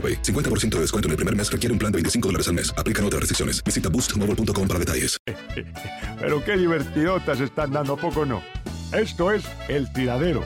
50% de descuento en el primer mes requiere un plan de 25 dólares al mes. Aplican otras restricciones. Visita boostmobile.com para detalles. Pero qué divertidotas están dando, ¿a poco no? Esto es El Tiradero.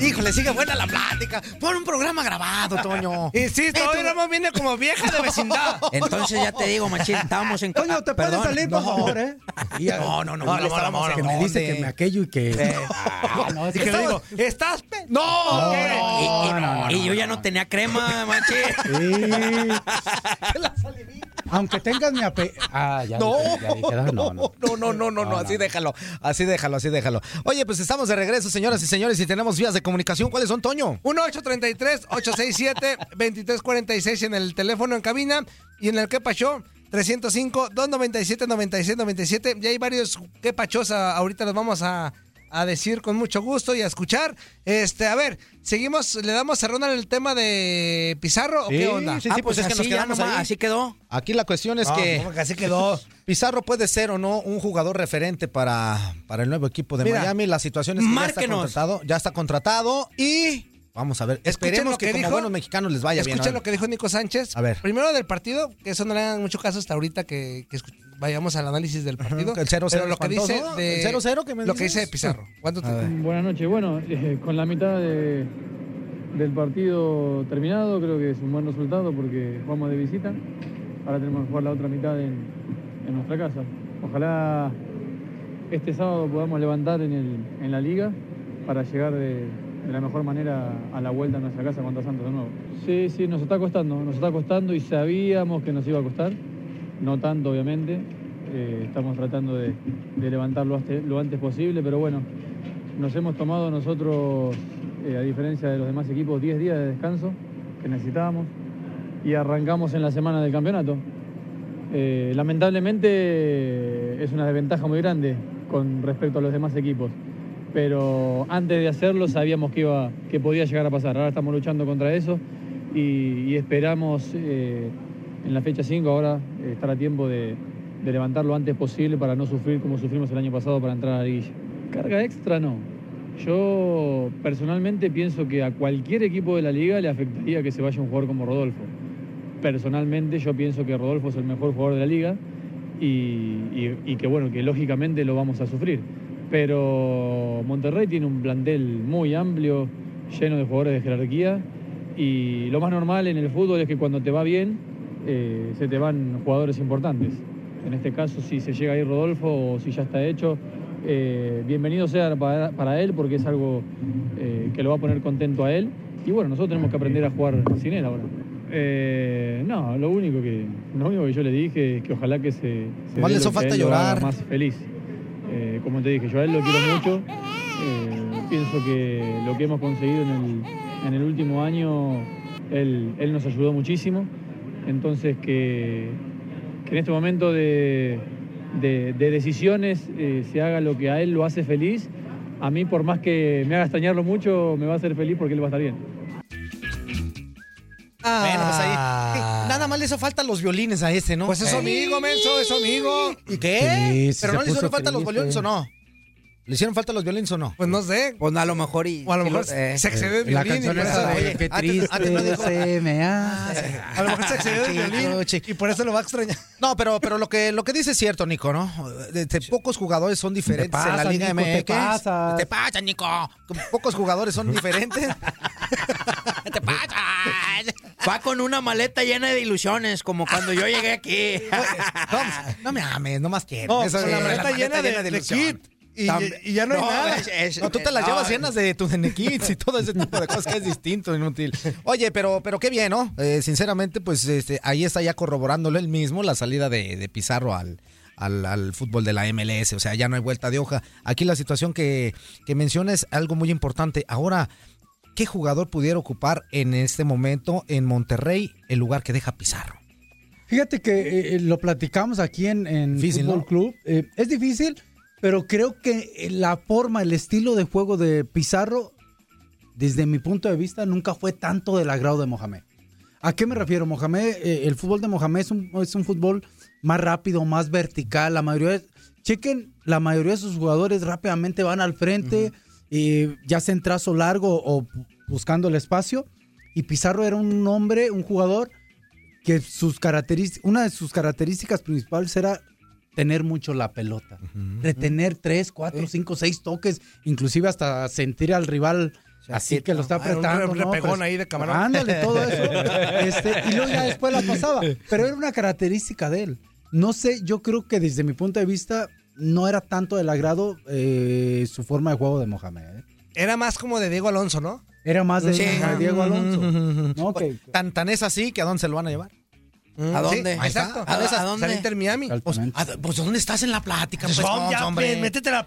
Híjole, sigue buena la plática. Pon un programa grabado, Toño. Insisto, Eh, tú- hoy Ramos viene como vieja de vecindad. Entonces ya te digo, machín, estábamos en... Toño, te puedes salir, por favor, ¿eh? Y ya- No, no, no. No, no, no, no, no, que me dice que me aquello y que. Ah, no, es Y que que le digo, estamos- ¿estás? pe- ¡No! ¿qué? Y, y- no, y yo ya no tenía crema, machín. Sí. Aunque tengas mi ape... Ah, ya No, dije, ya dije, no, no, no. no, no, no, no, así déjalo, así déjalo, así déjalo. Oye, pues estamos de regreso, señoras y señores, y tenemos vías de comunicación. ¿Cuáles son, Toño? 1-833-867-2346 en el teléfono en cabina y en el que pachó 305-297-9697. Ya hay varios que pachos a- ahorita los vamos a, a decir con mucho gusto y a escuchar. Este, a ver, seguimos, le damos cerrón al tema de Pizarro o Sí, qué onda? sí, Ah, pues pues es que así, nos ya quedamos nomás, ahí. así quedó. Aquí la cuestión es Ah, que no, así quedó. Pizarro puede ser o no un jugador referente para, para el nuevo equipo de Mira, Miami. La situación es que ya está márquenos. contratado, ya está contratado y vamos a ver. Esperemos lo que, que como dijo. buenos mexicanos les vaya Escucha bien. lo que dijo Nico Sánchez. A ver. Primero del partido, que eso no le dan mucho caso hasta ahorita que, que escu- vayamos al análisis del partido. que el 0-0 Pero lo que dice espantoso, de, ¿El 0-0 que me lo que dices? dice de Pizarro. ¿Cuánto te- A ver. Buenas noches. Bueno, eh, con la mitad de- del partido terminado, creo que es un buen resultado porque vamos de visita. Ahora tenemos que jugar la otra mitad en, en nuestra casa. Ojalá este sábado podamos levantar en, el- en la liga para llegar de, de la mejor manera a la vuelta a nuestra casa contra Santos de nuevo. Sí, sí, nos está costando, nos está costando y sabíamos que nos iba a costar, no tanto obviamente, eh, estamos tratando de, de levantarlo hasta- lo antes posible, pero bueno, nos hemos tomado nosotros, eh, a diferencia de los demás equipos, 10 días de descanso que necesitábamos y arrancamos en la semana del campeonato. Eh, lamentablemente es una desventaja muy grande con respecto a los demás equipos, pero antes de hacerlo sabíamos que, iba, que podía llegar a pasar. Ahora estamos luchando contra eso y, y esperamos eh, en la fecha 5 ahora eh, estar a tiempo de, de levantar lo antes posible para no sufrir como sufrimos el año pasado para entrar a la liguilla. Carga extra no. Yo personalmente pienso que a cualquier equipo de la liga le afectaría que se vaya un jugador como Rodolfo personalmente yo pienso que Rodolfo es el mejor jugador de la liga y, y- y que bueno, que lógicamente lo vamos a sufrir. Pero Monterrey tiene un plantel muy amplio, lleno de jugadores de jerarquía y lo más normal en el fútbol es que cuando te va bien eh, se te van jugadores importantes. En este caso, si se llega a ir Rodolfo o si ya está hecho, eh, bienvenido sea para, para él porque es algo eh, que lo va a poner contento a él. Y bueno, nosotros tenemos que aprender a jugar sin él ahora. Eh, no, lo único que lo único que yo le dije es que ojalá que se, Nomás se dé le lo hizo que falta a él lo haga llorar. más feliz. Eh, como te dije, yo a él lo quiero mucho. Eh, pienso que lo que hemos conseguido en el, en el último año, él, él nos ayudó muchísimo. Entonces que, que en este momento de, de- de decisiones eh, se haga lo que a él lo hace feliz. A mí, por más que me haga extrañarlo mucho, me va a hacer feliz porque él va a estar bien. Bueno, pues ahí. Nada más le hizo falta los violines a ese, ¿no? Pues es su amigo, menso, es su amigo. ¿Y Sí, qué? sí, ¿Pero se no le puso hicieron falta los triste. violines o no? ¿Le hicieron falta los violines o no? Pues no sé. Pues a lo eh. mejor y. O a lo y mejor se excedió el La violín. y canción por esa eso- de Oye, qué antes- triste antes no dijo- se me "Ah, hace. A lo mejor se excedió el violín y por eso lo va a extrañar. No, pero, pero lo que lo que dice es cierto, Nico, ¿no? Este, pocos jugadores son diferentes en la pasas, Liga Nico, MX. te pasas. Te pasas, Nico. Pocos jugadores son diferentes. te pasas. Va con una maleta llena de ilusiones, como cuando yo llegué aquí. No, no me ames, no más quieres. No, Eso con es la maleta llena de- de ilusión. kit y- y ya no hay nada. No, tú te las no, llevas llenas de tus nenequits y todo ese tipo de cosas que es distinto, inútil. Oye, pero, pero qué bien, ¿no? Eh, sinceramente, pues este, ahí está ya corroborándolo él mismo la salida de, de Pizarro al, al, al fútbol de la MLS. O sea, ya no hay vuelta de hoja. Aquí la situación que, que menciona es algo muy importante. Ahora, ¿qué jugador pudiera ocupar en este momento en Monterrey el lugar que deja Pizarro? Fíjate que eh, eh, lo platicamos aquí en, en Difícil, Fútbol ¿no? Club. Eh, es difícil, pero creo que eh, la forma, el estilo de juego de Pizarro, desde mi punto de vista, nunca fue tanto del agrado de Mohamed. ¿A qué me refiero? Mohamed, eh, el fútbol de Mohamed es un, es un fútbol más rápido, más vertical. La mayoría, de- chequen, la mayoría de sus jugadores rápidamente van al frente, eh, ya sea en trazo largo o buscando el espacio. Y Pizarro era un hombre, un jugador que sus características, una de sus características principales era tener mucho la pelota, retener tres, cuatro, cinco, seis toques, inclusive hasta sentir al rival así que lo está Ah, era un apretando. re- ¿no? repegón Pues, ahí de camarón. Ándale, todo eso. Este, y luego ya después la pasaba. Pero era una característica de él. No sé, yo creo que desde mi punto de vista no era tanto del agrado eh, su forma de juego de Mohamed. ¿eh? Era más como de Diego Alonso, ¿no? Era más de Sí. Pues, ajá, Diego Alonso. No, que- Tan, tan es así que a dónde se lo van a llevar. Mm, ¿A dónde? sí, exacto. ¿A, a dónde? Al Inter Miami. Pues, ¿a dó- pues, ¿dónde estás en la plática? Pues, Son, Holmes, ya, hombre. pues, métete a la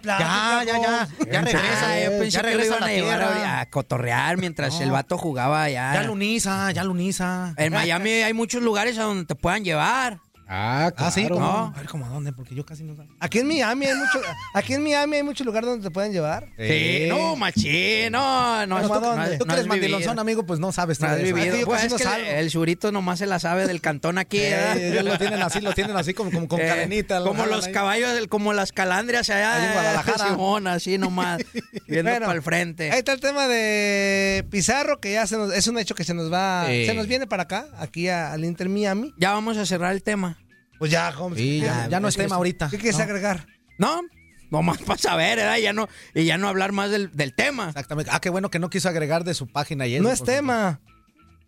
Ya, plática, ya, ya. Ya regresa. Ah, yo pensé eh, ya que lo regresa iban la a llevar tierra. a, a cotorrear mientras No. el vato jugaba allá. Ya luniza, ya luniza. En Miami hay muchos lugares a donde te puedan llevar. Ah, Ah, sí, claro. ¿cómo? No. A ver, ¿cómo a dónde? Porque yo casi no sab- Aquí en Miami hay mucho, aquí en Miami hay muchos lugares donde te pueden llevar. Sí, no, machín, no, no, Eh. Pero es- tú, tú no, es- que no eres es mandilonzón, vivir. amigo, pues no sabes. No nada has de eso. vivido. Aquí yo Pues casi es no que el, salgo. el zurito nomás se la sabe del cantón aquí. ¿verdad? Eh, ya lo tienen así, lo tienen así como, como con Eh, cadenita. lo como jalan los ahí. caballos, del- como las calandrias Ahí en allá Guadalajara. Simón, así nomás, viendo Bueno, para el frente. Ahí está el tema de Pizarro, que ya se nos, es un hecho que se nos va, Sí. se nos viene para acá, aquí a- al Inter Miami. Ya vamos a cerrar el tema. Pues ya, Holmes. Sí, ¿qué- ya, ya no es tema ahorita. ¿Qué quieres No, agregar? No, nomás para saber, ¿verdad? Ya no, y ya no hablar más del, del tema. Exactamente. Ah, qué bueno que no quiso agregar de su página y eso. No es porque- tema.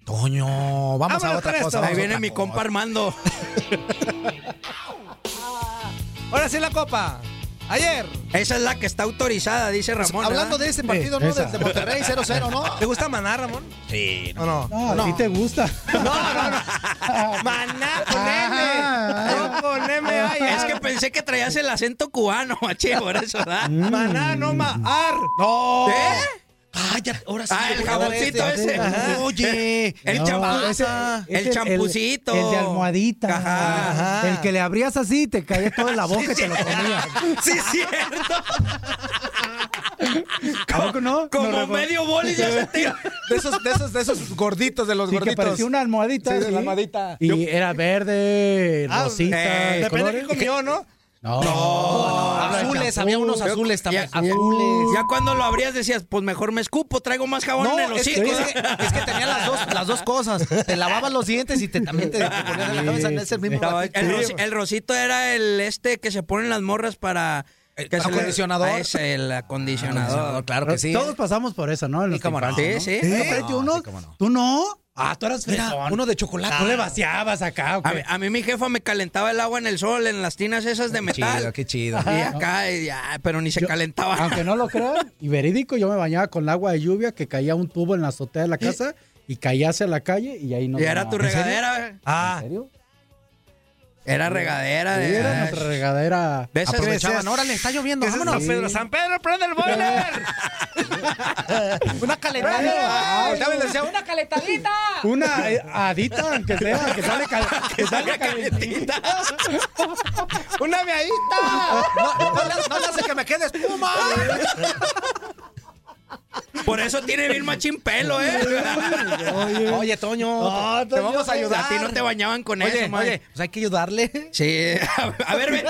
Toño, vamos a Vámonos otra con esto. cosa. Ahí viene mi compa Armando. Ahora sí la copa. Ayer. Esa es la que está autorizada, dice Pues Ramón. Hablando de este ese partido, ¿no? Del de Monterrey, 0-0, ¿no? ¿Te gusta Maná, Ramón? Sí. ¿O no? No, a ti te gusta. Maná, poneme. No, poneme. ay, es que pensé que traías el acento cubano, mache, por eso da. Mm. Maná, no maar. No. ¿Eh? ¿Qué? Cállate, ahora sí. Ah, el voy a hablar jaboncito de este. ese. Ajá. Oye. El No, champú. ese- ese- el champucito. El, de almohadita. Ajá, ajá. El que le abrías así y te caía todo en la boca y te lo comías. Sí, cierto. ¿A poco no? Como Nos revo- medio boli ya se te... De esos, de esos, de esos gorditos, de los Sí, que gorditos. parecía una almohadita. Sí, de sí. la almohadita. Y Yo- era verde, Ah, rosita, eh, de depende de colores. qué comió, ¿no? No. habla de azules, champú. había unos azules también. Ya, ya- Azules. ya cuando lo abrías decías, pues mejor me escupo, traigo más jabón No, en el es que, hocico. es que- es que tenía las dos, las dos cosas. Te lavabas los dientes y te, también te, te ponías en la cabeza en ese mismo No, ratito. el, ros- el rosito era el este que se ponen las morras para... que se le- Eh, acondicionador. Ah, Es el acondicionador. claro que sí. Todos pasamos por eso, ¿no? En nuestra cómo no. infancia, ¿no? Sí, sí. ¿Tú Sí, traes no, uno? sí, cómo no. ¿Tú no? Ah, tú eras Mira, fresón. uno de chocolate. Tú le vaciabas acá, ¿o Ah, qué? A mí, a mí mi jefa me calentaba el agua en el sol, en las tinas esas de metal. chido, qué chido. Y acá, y ya, pero ni se calentaba. Aunque no lo crean, y verídico, yo me bañaba con agua de lluvia que caía un tubo en la azotea de la casa y caía hacia la calle y ahí no. y era tu regadera. ¿En Ah, serio? Era regadera. Sí, De, era nuestra regadera. de esas aprovechaban. veces- Órale, está lloviendo. Vámonos. San Pedro. San Pedro, prende el boiler. una calentadita. Ya me decía, una calentadita. Una eh, adita, aunque sea, que sale, cal- que sale calentita. Una meadita. No, no, le- no le hace que me quede espuma. Por eso tiene bien machín pelo, ¿eh? Oye. Oye, Toño, Ah, te vamos a Toño. ayudar. A ti no te bañaban con Oye, eso, man. oye, pues hay que ayudarle. Sí, a ver, vete.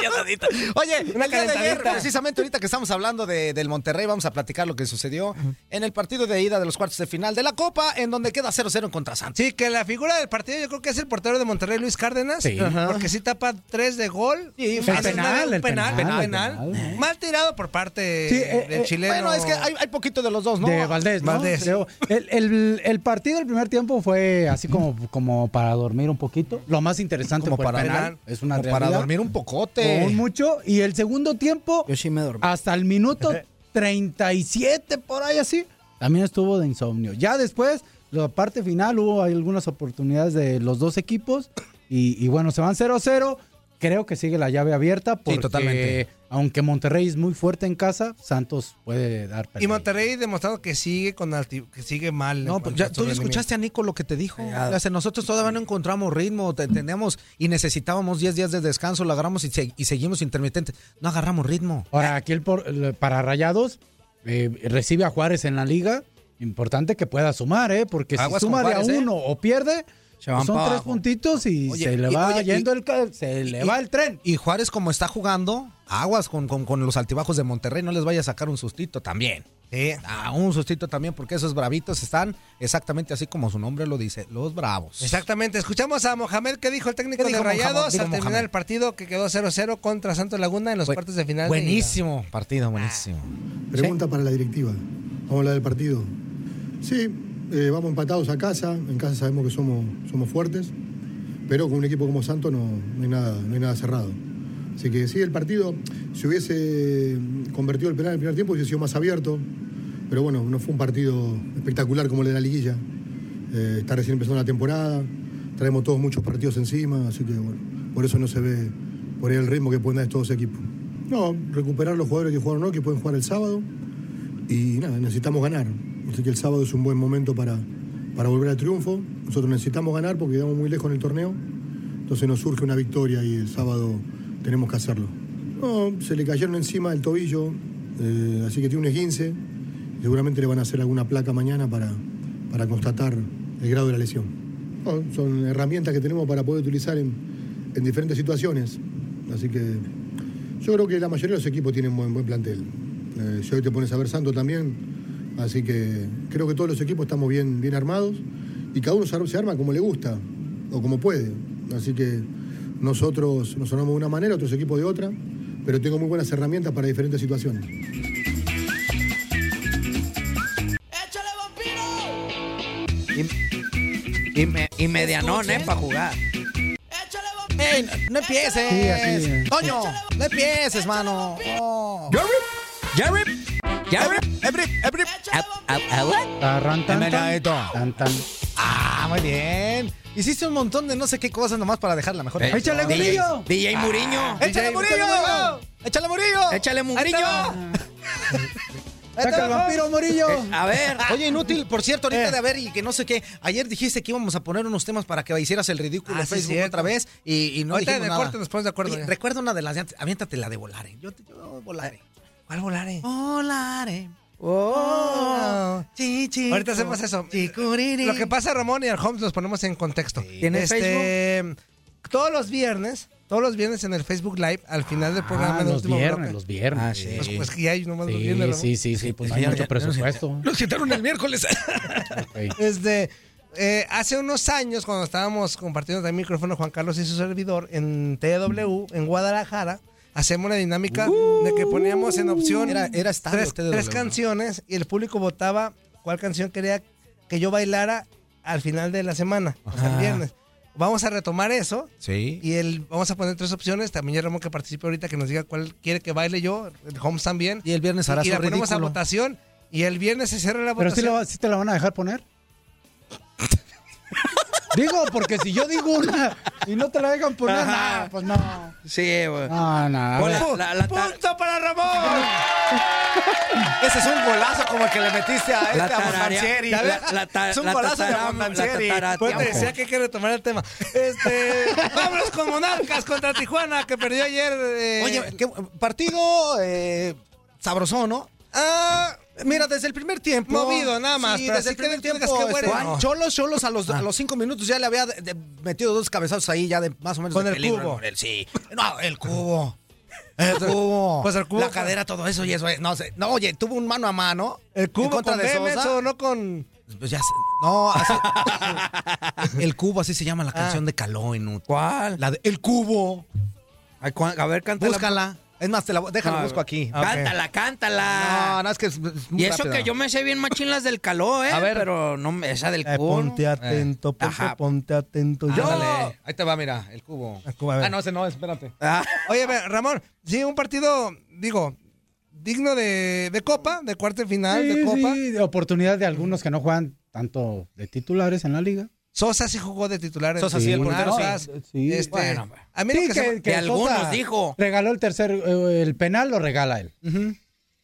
Ayudadita. Oye, el día de ayer, calentadita. precisamente ahorita que estamos hablando de- del Monterrey, vamos a platicar lo que sucedió en el partido de ida de los cuartos de final de la Copa, en donde queda 0-0 en contra Santos. Sí, que la figura del partido yo creo que es el portero de Monterrey, Luis Cárdenas. Sí. Ajá. Porque sí tapa tres de gol. Sí, Un fue el hace penal, una- un el penal, penal, penal. el penal. Mal tirado por parte Sí, eh, del eh, chileno. Bueno, es que hay, hay poquito de los dos, ¿no? De Valdés, ¿no? Valdés. Creo. El, el- el partido del primer tiempo fue así como, como para dormir un poquito. Lo más interesante Como fue el para, penal. Es una como para realidad. dormir un pocote. Con mucho. Y el segundo tiempo, Yo sí me dormí. hasta el minuto 37, por ahí así, también estuvo de insomnio. Ya después, la parte final, hubo algunas oportunidades de los dos equipos. Y, y bueno, se van 0-0. Creo que sigue la llave abierta. Porque, totalmente. Aunque Monterrey es muy fuerte en casa, Santos puede dar Y pelea. Monterrey demostrado que sigue con alti- que sigue mal. eh, en No, cuanto pues a ya, su tú ya rendimiento. escuchaste a Nico lo que te dijo. Ya. Ya sé, nosotros todavía no encontramos ritmo, te- teníamos y necesitábamos 10 días de descanso, lo agarramos y, se- y seguimos intermitentes. No agarramos ritmo. Ahora, aquí el por- el- para Rayados eh, recibe a Juárez en la liga. Importante que pueda sumar, ¿eh? Porque Aguas si con suma de a Juárez, ¿eh? uno o pierde, Se van pues son pa' tres abajo. puntitos y Oye, se le y- va oye, yendo y- el ca- se le y- va el tren. Y Juárez, como está jugando, aguas con, con- con los altibajos de Monterrey, no les vaya a sacar un sustito también. Sí. Ah, un sustito también, porque esos bravitos están exactamente así como su nombre lo dice, los bravos. Exactamente, escuchamos a Mohamed que dijo el técnico ¿Qué de dijo Mohamed? Rayados Digo al terminar Mohamed. el partido que quedó 0-0 contra Santos Laguna en los Buen- Pues, cuartos de final. de Ah. Buenísimo partido, buenísimo. Pregunta para la directiva. Vamos a hablar del partido. Sí, eh, vamos empatados a casa. En casa sabemos que somos, somos fuertes, pero con un equipo como Santos no, no hay nada, no hay nada cerrado. Así que sí, el partido, si hubiese convertido el penal en el primer tiempo, hubiese sido más abierto. Pero bueno, no fue un partido espectacular como el de la liguilla. Eh, está recién empezando la temporada, traemos todos muchos partidos encima, así que bueno, por eso no se ve por ahí el ritmo que pueden dar estos dos equipos. No, recuperar los jugadores que jugaron hoy, que pueden jugar el sábado, y nada, necesitamos ganar. Así que el sábado es un buen momento para, para volver al triunfo. Nosotros necesitamos ganar porque quedamos muy lejos en el torneo, entonces nos surge una victoria y el sábado tenemos que hacerlo. No, se le cayeron encima el tobillo, eh, así que tiene un esguince. Seguramente le van a hacer alguna placa mañana para, para constatar el grado de la lesión. No, son herramientas que tenemos para poder utilizar en, en diferentes situaciones. Así que yo creo que la mayoría de los equipos tienen buen, buen plantel. Eh, si hoy te pones a ver Santo también, así que creo que todos los equipos estamos bien, bien armados y cada uno se ar- se arma como le gusta o como puede. Así que nosotros nos armamos de una manera, otros equipos de otra, pero tengo muy buenas herramientas para diferentes situaciones. Y, y me- y medianón, ¿eh? Para jugar. liga. Ey, no, no empieces. Sí, así es. Toño, no empieces, mano. Oh. Jarrip, Jarrip, Everip, Everip. Esto. Ah, muy bien. Hiciste un montón de no sé qué cosas nomás para dejarla mejor. Eh, Échale, DJ, Murillo. DJ Muriño. Ah, ¡Échale DJ Murillo! Murillo. ¡Échale Murillo! Échale Murillo. ¡Saca el vampiro, Murillo! Eh, a ver. Oye, inútil, por cierto, ahorita Eh. de haber y que no sé qué. Ayer dijiste que íbamos a poner unos temas para que hicieras el ridículo Ah, en sí, Facebook cierto. otra vez y, y no Ahorita dijimos de nada. corte nos ponemos de acuerdo, Oye, ya. recuerda una de las de antes. Aviéntate la de volar, ¿eh? Yo, te- yo volaré. ¿Cuál volaré? Volaré. Oh. chichi. Ahorita hacemos eso. Lo que pasa, Ramón y al Holmes, los ponemos en contexto. Este, ¿Tienes Todos los viernes, todos los viernes en el Facebook Live, al final del programa. Ah, del los último viernes, bloque. los viernes. Ah, sí. Pues, pues, que hay nomás los Sí, viernes, Ramón. sí, sí, sí, pues no hay Ya, mucho ya, presupuesto. Los quitaron el miércoles. Este, eh, hace unos años, cuando estábamos compartiendo también micrófono Juan Carlos y su servidor en TW, en Guadalajara, hacemos una dinámica de que poníamos en opción Uh. Era- era estadio tres, TW, tres ¿no? canciones y el público votaba cuál canción quería que yo bailara al final de la semana, o sea, el Ajá. viernes. Vamos a retomar eso. Sí. Y el, vamos a poner tres opciones. También ya Ramón que participe ahorita, que nos diga cuál quiere que baile yo. El Holmes también. Y el viernes hará Y su la ponemos a ridículo. votación. Y el viernes se cierra la Pero si votación. te la van a dejar poner. Digo, pues, porque si yo digo una y no te la dejan poner, Ajá. no, pues no. Sí, güey. No, no. a ver. La, la, la tar- ¡Punto para Ramón! Ese es un golazo como el que le metiste a este, La a tararea- Montanzeri. la- la- la ta- es un la golazo de tatara- Montanzeri. la tatara- Pues te decía que hay que retomar el tema. Este, vámonos con Monarcas contra Tijuana, que perdió ayer. eh, Oye, qué partido eh, sabrosón, ¿no? Ah, mira, desde el primer tiempo. Movido, nada más, Sí, pero desde el así que primer no Ah. digas tiempo. que este, bueno. Cholos, Cholos a los, a los cinco minutos ya le había de- de- metido dos cabezazos ahí, ya de más o menos. Con de el peligro, cubo. el- sí. No, el cubo. El cubo. Pues el cubo La con- cadera, todo eso y eso. eh, No, sé. no, oye, tuvo un mano a mano. El cubo en contra con de Demetz, Sosa. ¿o no con. Pues ya sé. No, así- El cubo, así se llama la canción de Caló en ¿Cuál? La de El cubo. a ver, cántala. Búscala. Es más, te la, déjala, Ah, busco aquí. Cántala, cántala. No, no, es que es, es muy Y eso rápida. que yo me sé bien machín las del caló, ¿eh? A ver. pero no, me- esa del Eh, cubo. ponte ¿no? atento, Eh, ponte, Ajá. ponte atento. Yo. Ándale. Ahí te va, mira, el cubo. El cubo, a ver. Ah, no, ese no, espérate. Ah, Oye, a ver, Ramón, sí, un partido, digo, digno de, de Copa, de cuarto de final, Sí, de Copa. sí, de oportunidad de algunos que no juegan tanto de titulares en la liga. Sosa sí jugó de titular. en Sosa sí, el portero sí. Monarcas. Sí. Este, Bueno, a mí lo Sí, que se- de algunos Sosa dijo. Ah, Regaló el tercer, eh, el penal lo regala él.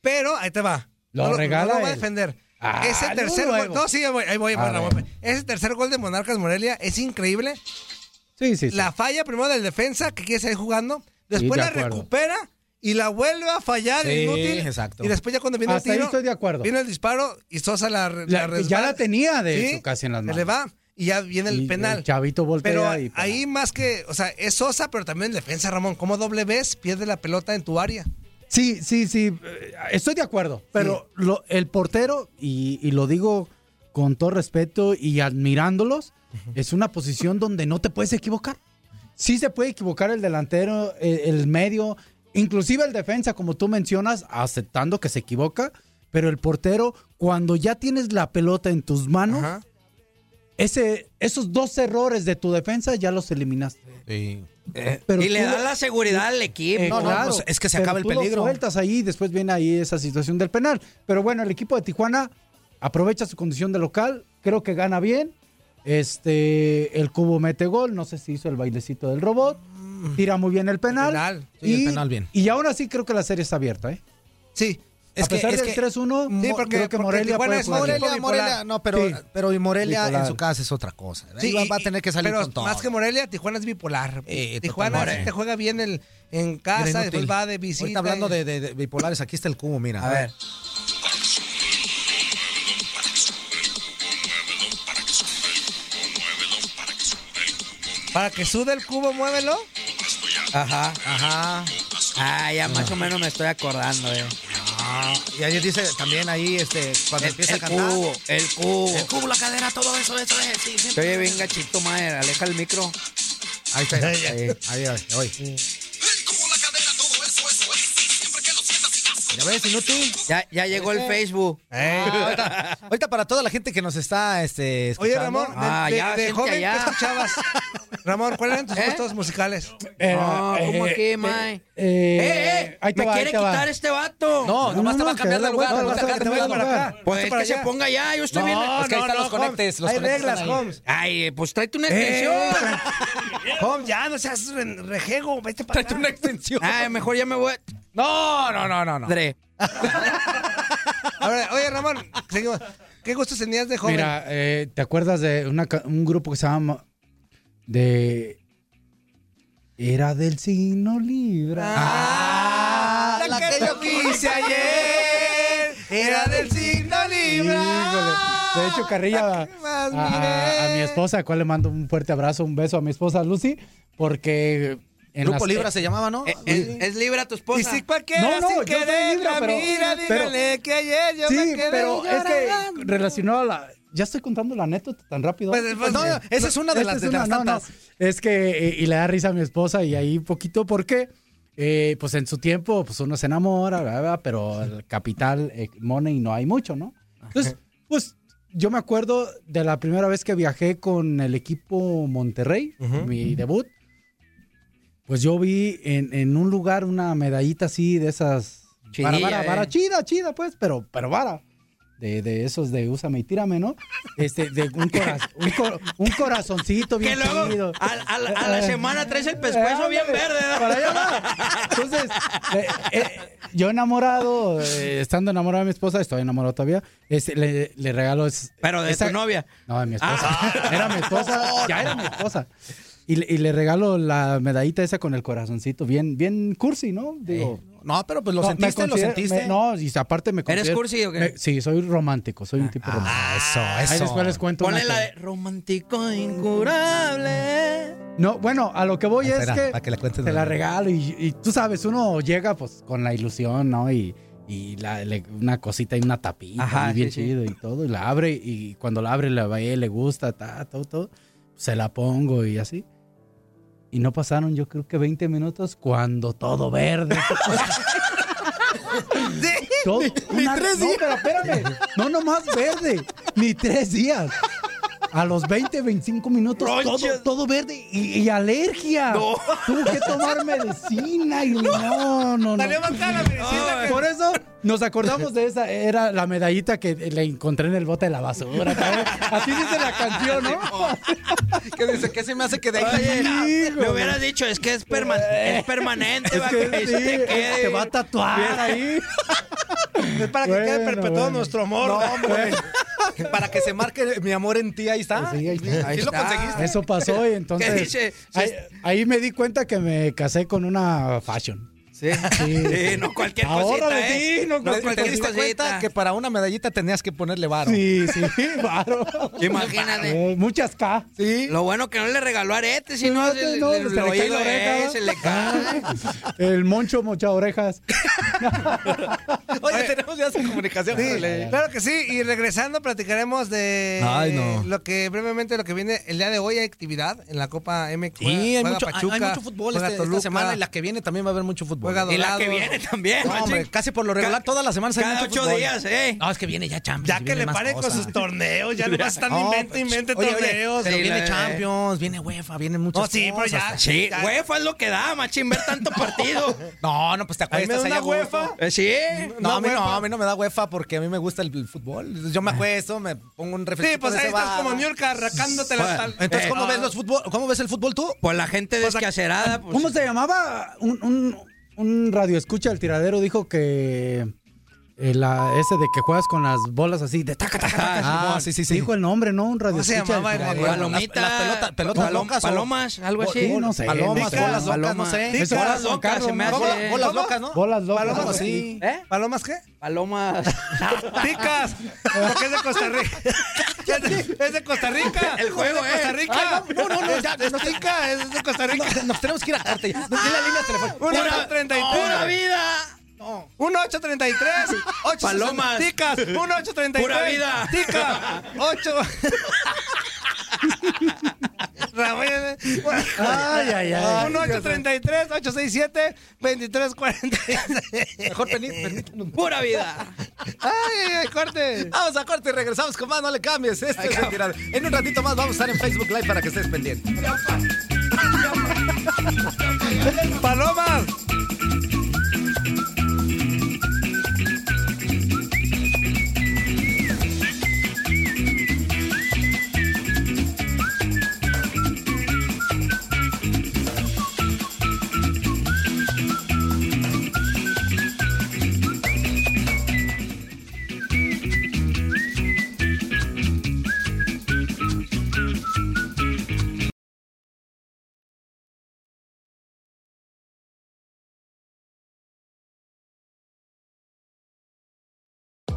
Pero ahí te va. Lo No regala No lo va a él. defender. Ah, Ese tercer luego, gol. luego. No, sí, ahí voy, ahí voy, ahí voy, A Ramón. ver. Ese tercer gol de Monarcas Morelia es increíble. Sí, sí, sí. La falla primero del defensa que quiere seguir jugando. Después de la acuerdo. recupera y la vuelve a fallar. Sí, inútil. exacto. Y después ya cuando viene Hasta el ahí tiro. estoy de acuerdo. Viene el disparo y Sosa la, La- ya resbala. la tenía de Sí, hecho casi en las Se manos. le va y ya viene el Y penal. el chavito voltea Pero y- pues, ahí más que, o sea, es Sosa, pero también el defensa, Ramón. ¿Cómo doble vez pierde la pelota en tu área? Sí, sí, sí. eh, Estoy de acuerdo. Pero lo- el portero, y, y lo digo con todo respeto y admirándolos, es una posición donde no te puedes equivocar. Sí se puede equivocar el delantero, el, el medio, inclusive el defensa, como tú mencionas, aceptando que se equivoca. Pero el portero, cuando ya tienes la pelota en tus manos, ese, esos dos errores de tu defensa ya los eliminaste. Pero Eh, y le tú- da la seguridad al equipo. eh, claro, pero tú lo sueltas ahí y después viene ahí esa situación del penal. Pero bueno, el equipo de Tijuana aprovecha su condición de local, creo que gana bien. Este, el cubo mete gol, no sé si hizo el bailecito del robot, tira muy bien el penal. penal, sí, el penal bien. Y aún así creo que la serie está abierta, ¿eh? Sí. A pesar del 3-1, Sí, mo- porque- creo que porque Morelia Tijuana puede es jugar bien. Morelia, Morelia, no, pero, Sí. pero y Morelia Bipolar. en su casa es otra cosa. Sí, va, y- va a tener que salir pero con todo. Más que Morelia, Tijuana es bipolar. Eh, Tijuana totalmente. sí te juega bien el, en Mira, casa, inútil. después va de visita. Ahorita hablando de, de- de bipolares, aquí está el cubo, mira. A ver. Para que sude el cubo, muévelo. Ajá, ajá. Ah, ya más o menos me estoy acordando, eh. Ah, y ahí dice también ahí, este, cuando El, empieza el a cantar. cubo, el cubo. El cubo, la cadera, todo eso, eso es. sí, sí. Se oye bien gachito, madre. Aleja el micro. Ahí está. Ahí, Ahí, ahí, ahí, ahí. ¿Ya ves, inútil? Ya, ya llegó el Eh. Facebook. Ah, ahorita, ahorita para toda la gente que nos está este, Oye, escuchando. Ramón, de, Ah, de- ya, ¿Eh? de gente joven, ¿qué allá. escuchabas? ¿Eh? Ramón, ¿cuáles eran tus gustos musicales? No, ¿cómo que, mae? ¡Eh, eh! eh, ahí te ¡Me va, ahí quiere te va. quitar este vato! No, nomás te va a cambiar de lugar, nomás te va a cambiar de lugar. Pues es que se ponga ya, yo estoy No, bien. es que ahí están los conectes, los conectes están ahí. Ay, pues tráete una Eh. extensión. Home, ya, no seas re- rejego, vete para Ah, Tráete una extensión. Ay, mejor ya me voy. No, no, no, no, no. Dre. A ver, oye, Ramón, seguimos. ¿qué gustos tenías de joven? Mira, eh, ¿te acuerdas de una ca- un grupo que se llama de era del signo Libra? Ah, la, que, yo quise ayer era del signo Híjole. Libra. De hecho, Carrilla, a, más a- a- a mi esposa, a cual le mando un fuerte abrazo, un beso a mi esposa Lucy, porque... en Grupo las- Libra se llamaba, ¿no? Eh, Es, es Libra tu esposa. Y si cualquiera No, no, sin yo soy querer Libra, la pero- mira, pero- dígale que ayer yo me sí, quedé pero es que llorando. relacionado a la... Ya estoy contando la anécdota tan rápido. Pues, pues, no, esa es una de las- es de las no, no. tantas. Es que, eh, y le da risa a mi esposa y ahí poquito, porque eh, pues en su tiempo, pues uno se enamora, bla, bla, bla, pero el capital, eh, money, no hay mucho, ¿no? Entonces, pues yo me acuerdo de la primera vez que viajé con el equipo Monterrey, mi debut, pues yo vi en, en un lugar una medallita así de esas... Para, Chidilla, para, eh. para, chida, chida, pues, pero, pero vara. De, de esos de úsame y tírame, ¿no? Este, de un, coraz- un, cor- un corazoncito bien chido. A, a la- a la semana traes el pescuezo bien verde. ¿verdad? Para allá va. Entonces, eh, eh, yo enamorado, eh, estando enamorado de mi esposa, estoy enamorado todavía, este, le, le regalo... es- Pero de esa- tu novia. No, de mi Ah. esposa. Era mi esposa, ya era mi esposa. Y, le- y le regalo la medallita esa con el corazoncito, bien, bien cursi, ¿no? Digo... No, pero pues Eh. lo No, me sentiste, lo considero- sentiste. me- no, y aparte me considero- cursi o qué? me- sí, soy romántico, soy un tipo Ah. romántico. Ahí después les cuento. Ponle una la que- de romántico incurable. No, bueno, a lo que voy Espera, es que, para que la cuentes te la luego. regalo y, y tú sabes, uno llega pues con la ilusión, ¿no? Y, y la- le- una cosita y una tapita Ajá, y bien sí, sí. chido y todo, y la abre y cuando la abre la ve, le gusta, ta, todo, todo, se la pongo y así. Y no pasaron yo creo que 20 minutos cuando todo verde. Todo- una- no, pero espérame, no nomás verde, ni tres días. A los 20, 25 minutos, todo, Ronchas. todo verde y, y alergia. No. Tuve que tomar medicina y no, no, no. Salió más cara la medicina que- Por eso nos acordamos de esa, era la medallita que le encontré en el bote de la basura. ¿sabes? Así dice la canción, ¿no? Que dice que se me hace que de ahí Oye, Hijo, me hubieras dicho, es que es, perma- es permanente, va, que, ahí se sí, te quede. Ah. te va a tatuar ahí. Es para que quede Bueno, perpetuado bueno. nuestro amor. No, hombre. Para que se marque mi amor en ti, ahí está. Sí, ahí está. Ahí lo conseguiste. Eso pasó y entonces. ¿Qué dice? Ahí, ahí me di cuenta que me casé con una fashion. Sí. Sí. Sí, no cualquier Ahora cosita, me ¿eh? di, no ¿Te cualquier cualquier diste cuenta cosita. que para una medallita tenías que ponerle varo? Sí, sí, claro. Imagínate. Eh, muchas K. Sí. Lo bueno que no le regaló arete, si no, se, No, le- se el le cae oído, la eh, oreja. Ah. se le cae. El moncho mocha orejas. Oye, tenemos ya esa comunicación. Sí, órale. claro que sí. Y regresando, platicaremos de Ay, no. lo que brevemente lo que viene el día de hoy. Hay actividad en la Copa MX. Sí, hay mucho, ah, hay- hay mucho fútbol este- esta semana y la que viene también va a haber mucho fútbol. Juega Y la Dorados. que viene también, No, hombre, machín. casi por lo regular, Ca- todas las semanas hay cada mucho ocho fútbol. días, eh. No, es que viene ya Champions. Ya y que viene le más pare con cosas. sus torneos. Ya no están No, invente, pues, invente oye, oye, torneos. pero Sí, viene ¿eh? la- Champions, pues, viene UEFA, vienen muchas No, sí, pero ya- cosas. Sí, UEFA es lo que da, machín, ver tanto partido. No, no, pues te Ahí me acuestas da ahí a una gusto. UEFA. Eh, Sí. No, a mí no, UEFA. a mí no me da UEFA porque a mí me gusta el, el fútbol. Yo me acuesto, me pongo un refresco. Sí, pues ahí estás como Niurka arrancándote Pues, la espalda. Entonces, ¿cómo Eh, ves los fútbol? ¿Cómo ves el fútbol tú? Pues la gente desquacerada. Pues, ¿Cómo se llamaba? Un, un, un radio escucha el tiradero dijo que eh, la, ese de que juegas con las bolas así de taca, taca, taca. Ah, Simón. sí, sí, sí. Dijo el nombre, ¿no? Un radio se escucha del llamaba el tiradero. radio? Palomita. Las- las pelotas- pelotas palom- locas o- Palomas, algo así. Sí, no sé. Palomas, no sé. bolas locas, no Paloma. sé. Sí, Eso, bolas bolas locas, locas, se me ¿no? hace. Bolas ¿Cómo? locas, ¿no? Bolas locas. Algo Palomas, así. sí. ¿Eh? ¿Palomas qué? Palomas. ¡Picas! Porque es de Costa Rica. Es de, es de Costa Rica. El juego, es de Costa eh. Rica. no, no, no, ya, es pica, es de Costa Rica. Nos tenemos que ir a corte ya. Dile la línea telefónica. Una, 833. ¡Pura vida! 1833 Palomas. Ticas 1833 Pura vida. Ticas 8 Ramón Ay, ay, ay. 1833 867 2346 Mejor peni- permítanos. ¡Pura vida! Ay, ay, ay, corte Vamos a corte y regresamos con más. No le cambies. Este es el tiradero. En un ratito más vamos a estar en Facebook Live para que estés pendiente. ¡Palomas!